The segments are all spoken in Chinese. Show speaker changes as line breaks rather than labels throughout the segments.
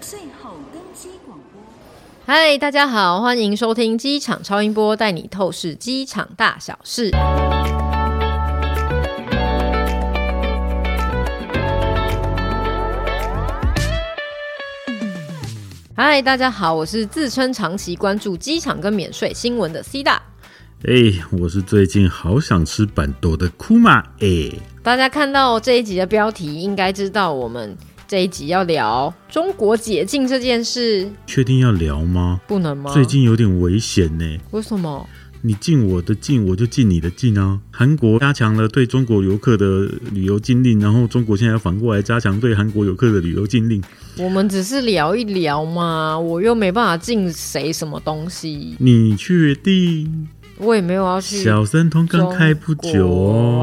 最后更新广播。
嗨，大家好，欢迎收听机场超音波，带你透视机场大小事。嗨，大家好，我是自称长期关注机场跟免税新闻的 C 大。
哎、我是最近好想吃板豆的库玛哎，
大家看到这一集的标题，应该知道我们这一集要聊中国解禁这件事，
确定要聊吗？
不能吗？
最近有点危险呢，
为什么？
你进我的进，我就进你的进啊！韩国加强了对中国游客的旅游禁令，然后中国现在要反过来加强对韩国游客的旅游禁令。
我们只是聊一聊嘛，我又没办法进谁什么东西，
你确定？
我也没有要去啊
小三通刚开不久
中国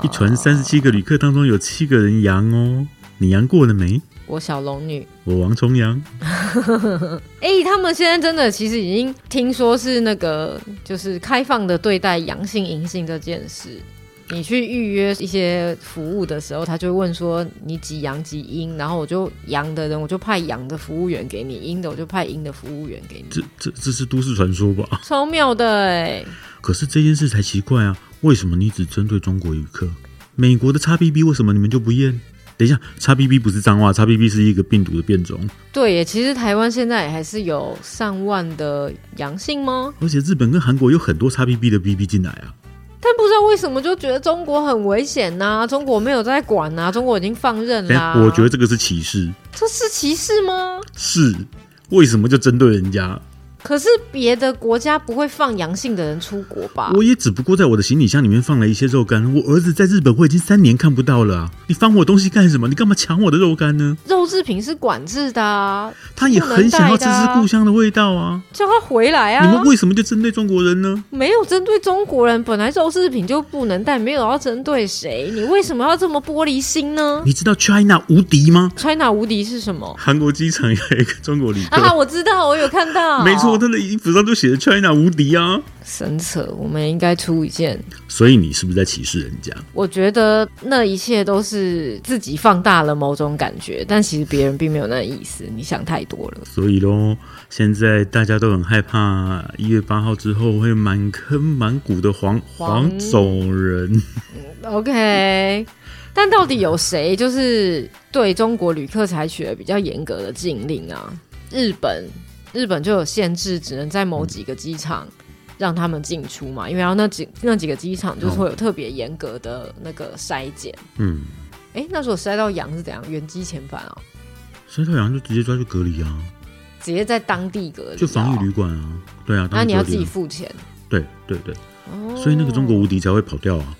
啊
一船三十七个旅客当中有七个人阳哦，你阳过了没？
我小龙女。
我王重阳，
哎、他们现在真的其实已经听说是那个，就是开放的对待阳性、阴性这件事。你去预约一些服务的时候，他就会问说你几阳几阴，然后我就阳的人我就派阳的服务员给你，阴的我就派阴的服务员给你，
这这这是都市传说吧？
超妙的哎、
可是这件事才奇怪啊，为什么你只针对中国游客？美国的叉 BB 为什么你们就不验？等一下，叉 BB 不是脏话，叉 BB 是一个病毒的变种，
对耶，其实台湾现在也还是有上万的阳性吗？
而且日本跟韩国有很多叉 BB 的 BB 进来啊。
但不知道为什么就觉得中国很危险呐、中国没有在管呐、中国已经放任
等一
啦、
下，我觉得这个是歧视，
这是歧视吗？
是为什么就针对人家？
可是别的国家不会放阳性的人出国吧？
我也只不过在我的行李箱里面放了一些肉干，我儿子在日本我已经三年看不到了啊！你翻我东西干什么？你干嘛抢我的肉干呢？
肉制品是管制的、啊，
他也
不能
很想要
带
吃
的啊
吃故乡的味道啊！
叫他回来
你们
啊！
为什么就针对中国人呢？
没有针对中国人，本来肉制品就不能带，没有要针对谁，你为什么要这么玻璃心呢
你知道 China 无敌吗？
？China 无敌是什么？
韩国机场有一个中国旅客，
啊，我知道，我有看到，
没错，他的衣服上就写着 “China 无敌”啊。
神扯，我们应该出一件。
所以你是不是在歧视人家？
我觉得那一切都是自己放大了某种感觉，但其实别人并没有那意思。你想太多了。
所以咯，现在大家都很害怕，一月八号之后会满坑满谷的黄
黄
黄种人。
OK，但嗯到底有谁就是对中国旅客采取了比较严格的禁令啊？日本，日本就有限制，只能在某几个机场。让他们进出嘛，因为然后那几那几个机场就是会有特别严格的那个筛检。
嗯，
诶，那时候筛到阳是怎样？原机遣返哦，
所以太阳就直接抓去隔离啊，
直接在当地隔离、哦
就防疫旅馆啊。对啊，
那你要
当
自己
地隔离
哦
啊
付钱
对对对，所以那个中国无敌才会跑掉啊。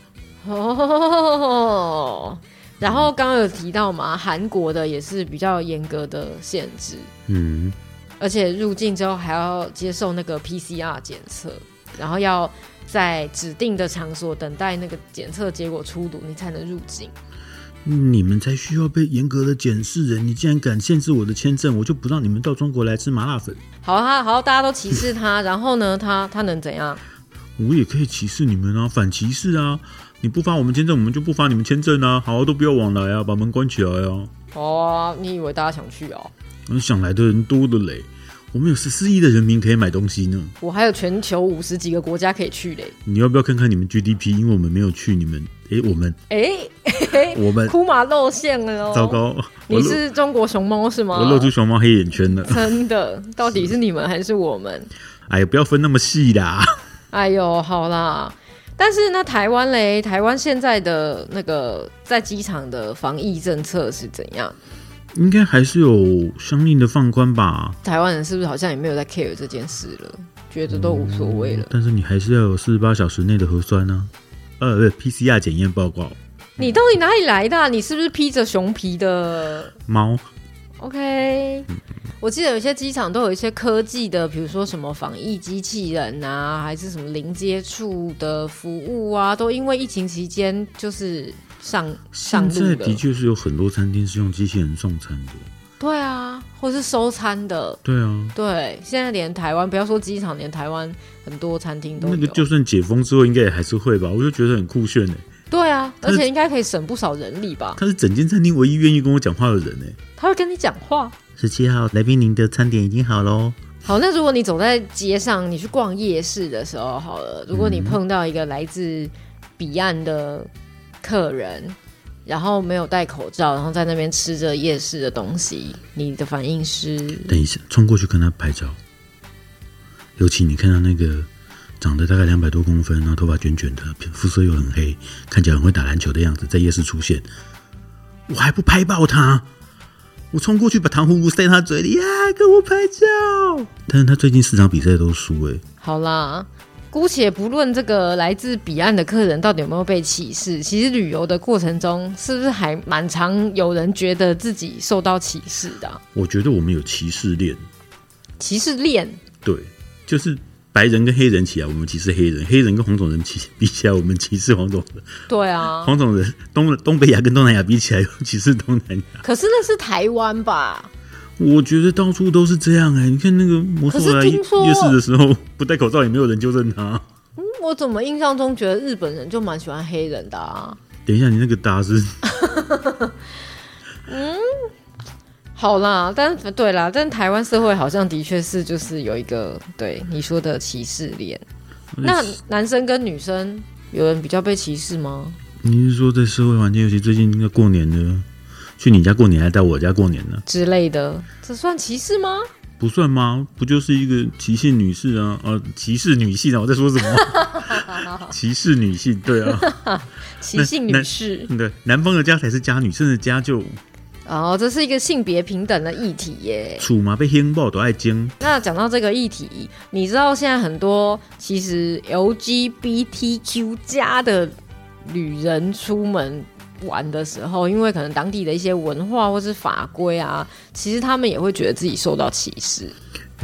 哦。然后刚刚有提到嘛，韩国的也是比较严格的限制，
嗯，
而且入境之后还要接受那个 PCR 检测，然后要在指定的场所等待那个检测结果出炉，你才能入境。
你们才需要被严格的检视人，你竟然敢限制我的签证，我就不让你们到中国来吃麻辣粉。
好啊，好，大家都歧视 他，然后呢，他他能怎样？
我也可以歧视你们啊，反歧视啊！你不发我们签证，我们就不发你们签证啊！好啊，都不要往来啊，把门关起来啊！
哦，你以为大家想去哦？
嗯想来的人多的嘞，我们有十四亿的人民可以买东西呢。
我还有全球五十几个国家可以去嘞。
你要不要看看你们 GDP？因为我们没有去你们，诶，我们
诶，
我们，
哭马露馅了哦！
糟，糕，我
你
露
是啊中国熊猫是吗？
我露出熊猫黑眼圈了。
真的，到底是你们还是我们？
哎呀，不要分那么细啦。
哎呦，好啦。但是那台湾嘞，台湾现在的那个在机场的防疫政策是怎样？
应该还是有相应的放宽吧，
台湾人是不是好像也没有在 care 这件事了？觉得都无所谓了。
但是你还是要有四十八小时内的核酸呢、啊，呃，不是 PCR 检验报告。
你到底哪里来的啊、你是不是披着熊皮的
猫，
？OK，我记得有些机场都有一些科技的，比如说什么防疫机器人啊，还是什么零接触的服务啊，都因为疫情期间就是上上
现
路
在
了
的。确是有很多餐厅是用机器人送餐的。
对啊，或是收餐的。
对啊，
对，现在连台湾，不要说机场，连台湾很多餐厅都有。
那个就算解封之后，应该也还是会吧。我就觉得很酷炫呢、欸
对啊，
他
而
是
且应该可以省不少人力吧？
他是整间餐厅唯一愿意跟我讲话的人呢、欸
他会跟你讲话，
十七号来宾您的餐点已经好喽。
好，那如果你走在街上，你去逛夜市的时候，好了，如果你碰到一个来自彼岸的客人，然后没有戴口罩，然后在那边吃着夜市的东西，你的反应是
等一下，冲过去跟他拍照。尤其你看到那个长得大概两百多公分，然后头发卷卷的，肤色又很黑，看起来很会打篮球的样子，在夜市出现，我还不拍爆他？我冲过去把糖葫芦塞他嘴里呀、跟我拍照。但是他最近四场比赛都输诶、
好啦，姑且不论这个来自彼岸的客人到底有没有被歧视，其实旅游的过程中，是不是还蛮常有人觉得自己受到歧视的啊、
我觉得我们有歧视链，
歧视链？
对，就是白人跟黑人起来，我们歧视黑人；黑人跟黄种人起比起来，我们歧视黄种人。
对啊，
黄种人东东北亚跟东南亚比起来，尤其是东南亚，
可是那是台湾吧？
我觉得到处都是这样哎、你看那个魔兽
可
来
是
夜
听说
市的时候，不戴口罩也没有人纠正他。
我怎么印象中觉得日本人就蛮喜欢黑人的啊？
等一下，你那个答是
好啦，但对啦，但台湾社会好像的确是就是有一个对你说的歧视链。
嗯
那男生跟女生有人比较被歧视吗？
你是说在社会环境，尤其最近那个过年呢，去你家过年还到我家过年呢，
之类的，这算歧视吗？
不算吗？不就是一个歧视女性啊？呃，歧视女性啊？我在说什 么？歧视女性，对啊，
歧性女士，
对，男方的家才是家，女生的家就
哦，这是一个性别平等的议题耶。
处嘛，被黑爆都爱精。
那讲到这个议题，你知道现在很多其实 LGBTQ 加的旅人出门玩的时候，因为可能当地的一些文化或是法规啊，其实他们也会觉得自己受到歧视。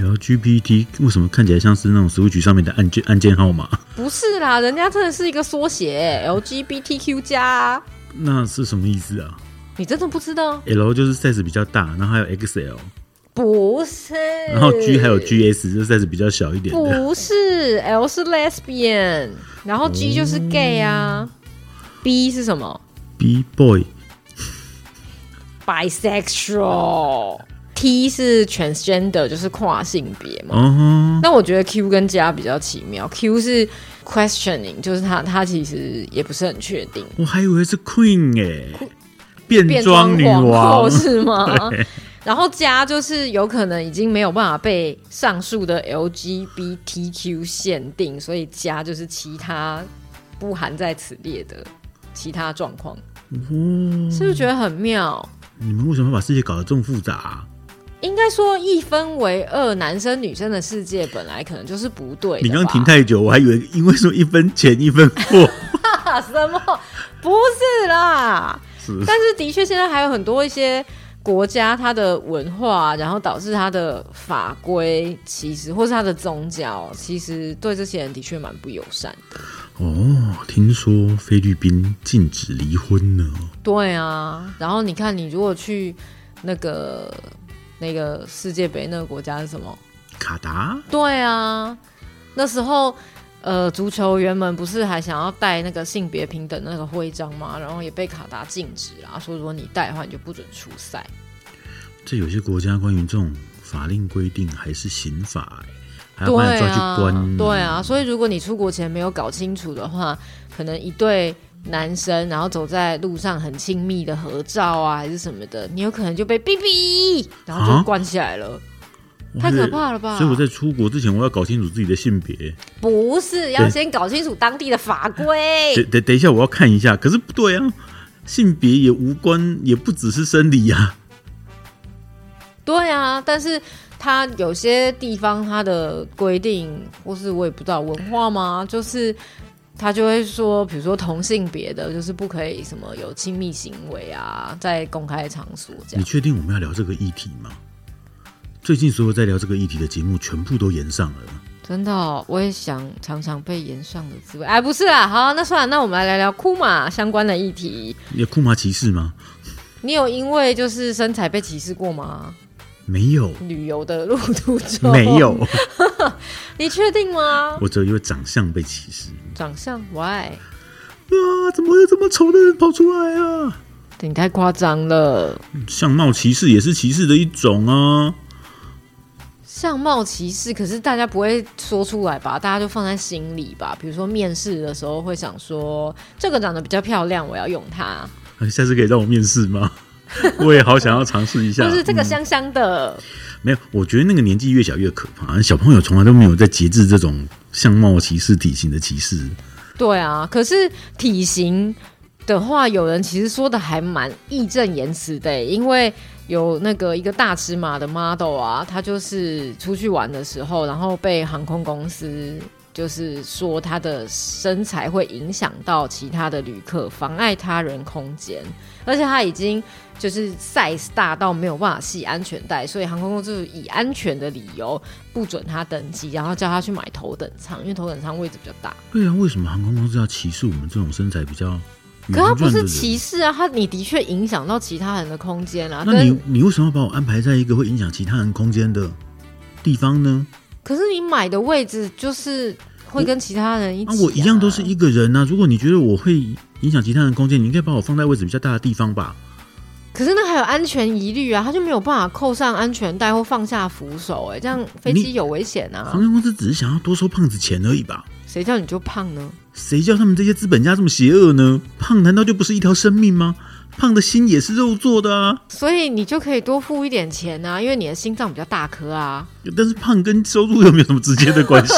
LGBT 为什么看起来像是那种 Switch 上面的按键按键号码？
不是啦，人家真的是一个缩写 LGBTQ 加啊，
那是什么意思啊
你真的不知道？
？L 就是 size 比较大，然后还有 XL，
不是。
然后 G 还有 GS，就是 size 比较小一点的。
不是，L 是 lesbian，然后 G 就是 gay 啊、b 是什么
B boy
？bisexual，T 是 transgender，就是跨性别嘛。
哦吼，
那我觉得 Q 跟加比较奇妙，Q 是 questioning，就是他他其实也不是很确定，
我还以为是 Queen 哎、变
变
装
装
女
皇
王
后。是 吗？然后加就是有可能已经没有办法被上述的 LGBTQ 限定，所以加就是其他不含在此列的其他状况，
哦，
是不是觉得很妙？
你们为什么把世界搞得这么复杂啊、
应该说一分为二，男生女生的世界本来可能就是不对的吧。
你刚停太久，我还以为因为说一分钱一分货，
啊 什么？不是啦，
是
但是的确，现在还有很多一些国家，它的文化，然后导致它的法规，其实或是它的宗教，其实对这些人的确蛮不友善的。
哦。听说菲律宾禁止离婚呢。
对啊，然后你看，你如果去那个那个世界杯那个国家是什么？
卡达
对啊，那时候。呃，足球员们不是还想要戴那个性别平等那个徽章吗？然后也被卡达禁止啊，说如果你戴的话，你就不准出赛。
这有些国家关于这种法令规定还是刑法、欸，还要把你抓去关。
对啊，所以如果你出国前没有搞清楚的话，可能一对男生然后走在路上很亲密的合照啊，还是什么的，你有可能就被哔哔，然后
啊
就关起来了。
我
太
还
可
以
怕了吧
所以我在出国之前，我要搞清楚自己的性别。
不是要先搞清楚当地的法规
等。等等一下，我要看一下。可是不对啊，性别也无关，也不只是生理啊。
对啊，但是它有些地方它的规定，或是我也不知道文化吗？就是。他就会说，比如说同性别的，就是不可以什么有亲密行为啊，在公开场所这样
你。确定我们要聊这个议题吗？最近所有在聊这个议题的节目，全部都延上了。
真的哦、我也想尝尝被延上的滋味。哎，不是啦，好，那算了，那我们来聊聊库玛相关的议题。
有库马歧视吗？
你有因为就是身材被歧视过吗？
没有，
旅游的路途中
没，有，
你确定吗？
我只有因为长相被歧视。
长相 why？
啊，怎么会有这么丑的人跑出来啊？
你太夸张了。
相貌歧视也是歧视的一种啊。
相貌歧视，可是大家不会说出来吧？大家就放在心里吧。比如说面试的时候会想说，这个长得比较漂亮，我要用它，
哎下次可以让我面 试吗？我也好想要尝试一下。嗯
或是这个香香的，
没有，我觉得那个年纪越小越可怕。小朋友从来都没有在节制这种相貌歧视、体型的歧视。
对啊。可是体型的话，有人其实说的还蛮义正言辞的、欸因为有那个一个大尺码的 model 啊，他就是出去玩的时候，然后被航空公司。就是说，他的身材会影响到其他的旅客，妨碍他人空间，而且他已经就是 size 大到没有办法系安全带，所以航空公司以安全的理由不准他登机，然后叫他去买头等舱，因为头等舱位置比较大。
对啊，为什么航空公司要歧视我们这种身材比较？
可他不是歧。视啊，他你的确影响到其他人的空间啦、
那你
跟
你为什么要把我安排在一个会影响其他人空间的地方呢？
可是你买的位置就是会跟其他人一起、
啊，我一样都是一个人啊。如果你觉得我会影响其他人空间，你应该把我放在位置比较大的地方吧？
可是那还有安全疑虑啊，他就没有办法扣上安全带或放下扶手、哎，这样飞机
嗯你嗯
有危险啊
航！空公司只是想要多收胖子钱而已吧？
谁叫你就胖呢？
谁叫他们这些资本家这么邪恶呢？胖难道就不是一条生命吗？胖的心也是肉做的啊。
所以你就可以多付一点钱啊，因为你的心脏比较大颗啊。
但是胖跟收入又没有什么直接的关系。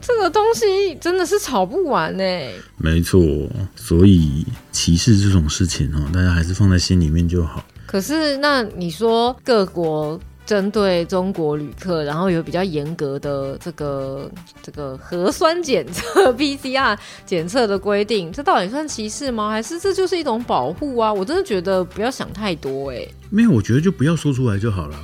这个东西真的是吵不完哎、
没错，所以歧视这种事情哦，大家还是放在心里面就好。
可是那你说各国针对中国旅客，然后有比较严格的这个这个核酸检测 PCR 检测的规定，这到底算歧视吗？还是这就是一种保护啊？我真的觉得不要想太多哎、
没有，我觉得就不要说出来就好了。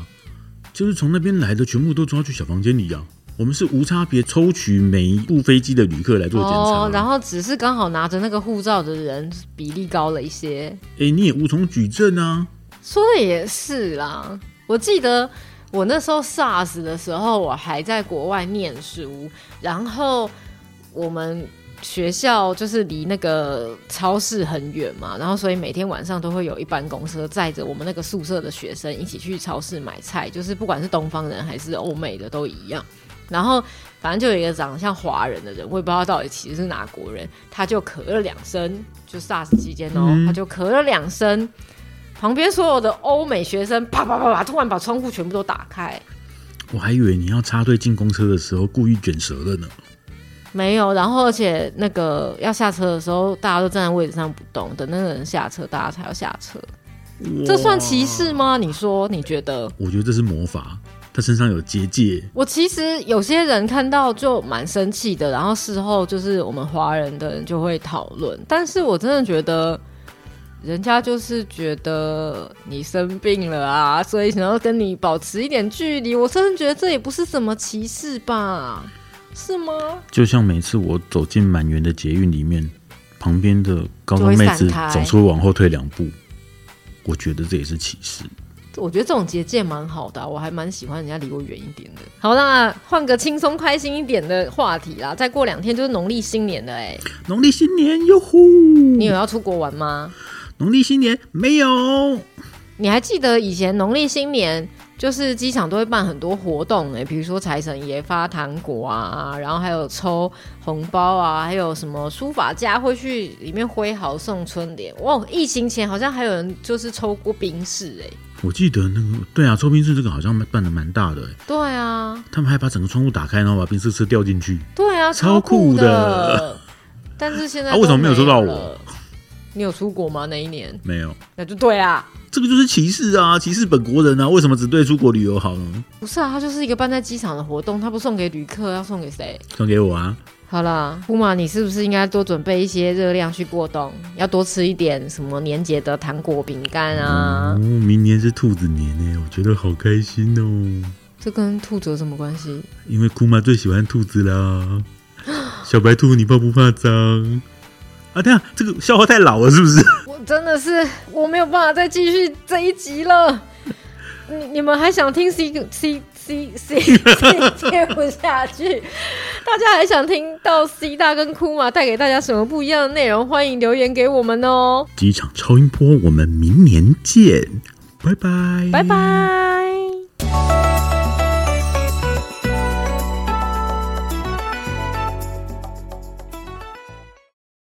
就是从那边来的，全部都抓去小房间里啊。我们是无差别抽取每一部飞机的旅客来做检查。
哦，然后只是刚好拿着那个护照的人比例高了一些，
哎，你也无从举证啊。
说的也是啦，我记得我那时候 SARS 的时候，我还在国外念书，然后我们学校就是离那个超市很远嘛，然后所以每天晚上都会有一班公车载着我们那个宿舍的学生一起去超市买菜，就是不管是东方人还是欧美的都一样。然后反正就有一个长得像华人的人，我也不知道到底其实是哪国人，他就咳了两声，就 SARS 期间哦，
嗯
他就咳了两声，旁边所有的欧美学生啪啪啪啪，突然把窗户全部都打开，
我还以为你要插队进公车的时候故意卷舌了呢。
没有，然后而且那个要下车的时候，大家都站在位置上不动，等那个人下车，大家才要下车。这算歧视吗？你说，你觉得？
我觉得这是魔法，他身上有结界。
我其实有些人看到就蛮生气的，然后事后就是我们华人的人就会讨论，但是我真的觉得。人家就是觉得你生病了 啊，所以想要跟你保持一点距离。我真的觉得这也不是什么歧视吧？是吗？
就像每次我走进满员的捷运里面，旁边的高中妹
就会闪
子
开
总是会往后退两步，我觉得这也是歧视。
我觉得这种结界蛮好的啊、我还蛮喜欢人家离我远一点的。好，那换个轻松开心一点的话题啦。再过两天就是农历新年了、欸，哎，
农历新年，哟呼！
你有要出国玩吗？
农历新年没有？
你还记得以前农历新年就是机场都会办很多活动诶、比如说财神爷发糖果啊，然后还有抽红包啊，还有什么书法家会去里面挥毫送春联。哇，疫情前好像还有人就是抽过冰室欸诶、
我记得那个对啊，抽冰室这个好像办的蛮大的、欸，
对啊，
他们还把整个窗户打开，然后把冰室车掉进去。
对啊，
超
酷
酷的。
但是现在
啊为什
都
么没
没
有收到我
了？你有出国吗？那一年？
没有，
那就对啊啦。
这个就是歧视啊，歧视本国人啊！为什么只对出国旅游好呢？
不是啊，它就是一个办在机场的活动，它不送给旅客，要送给谁？
送给我啊！
好啦，姑妈，你是不是应该多准备一些热量去过冬？要多吃一点什么年节的糖果、饼干啊
哦，？明年是兔子年呢、我觉得好开心哦。
这跟兔子有什么关系？
因为姑妈最喜欢兔子啦。小白兔，你怕不怕脏？啊，等一下，这个笑话太老了，是不是？
我真的是 我没有办法再继续这一集了。你你们还想听 C C C C C 接不下去。 大家还想听到 C 大跟哭嘛带给大家什么不一样的内容？欢迎留言给我们哦，
机场超音波，我们明年见，拜拜，
拜。拜。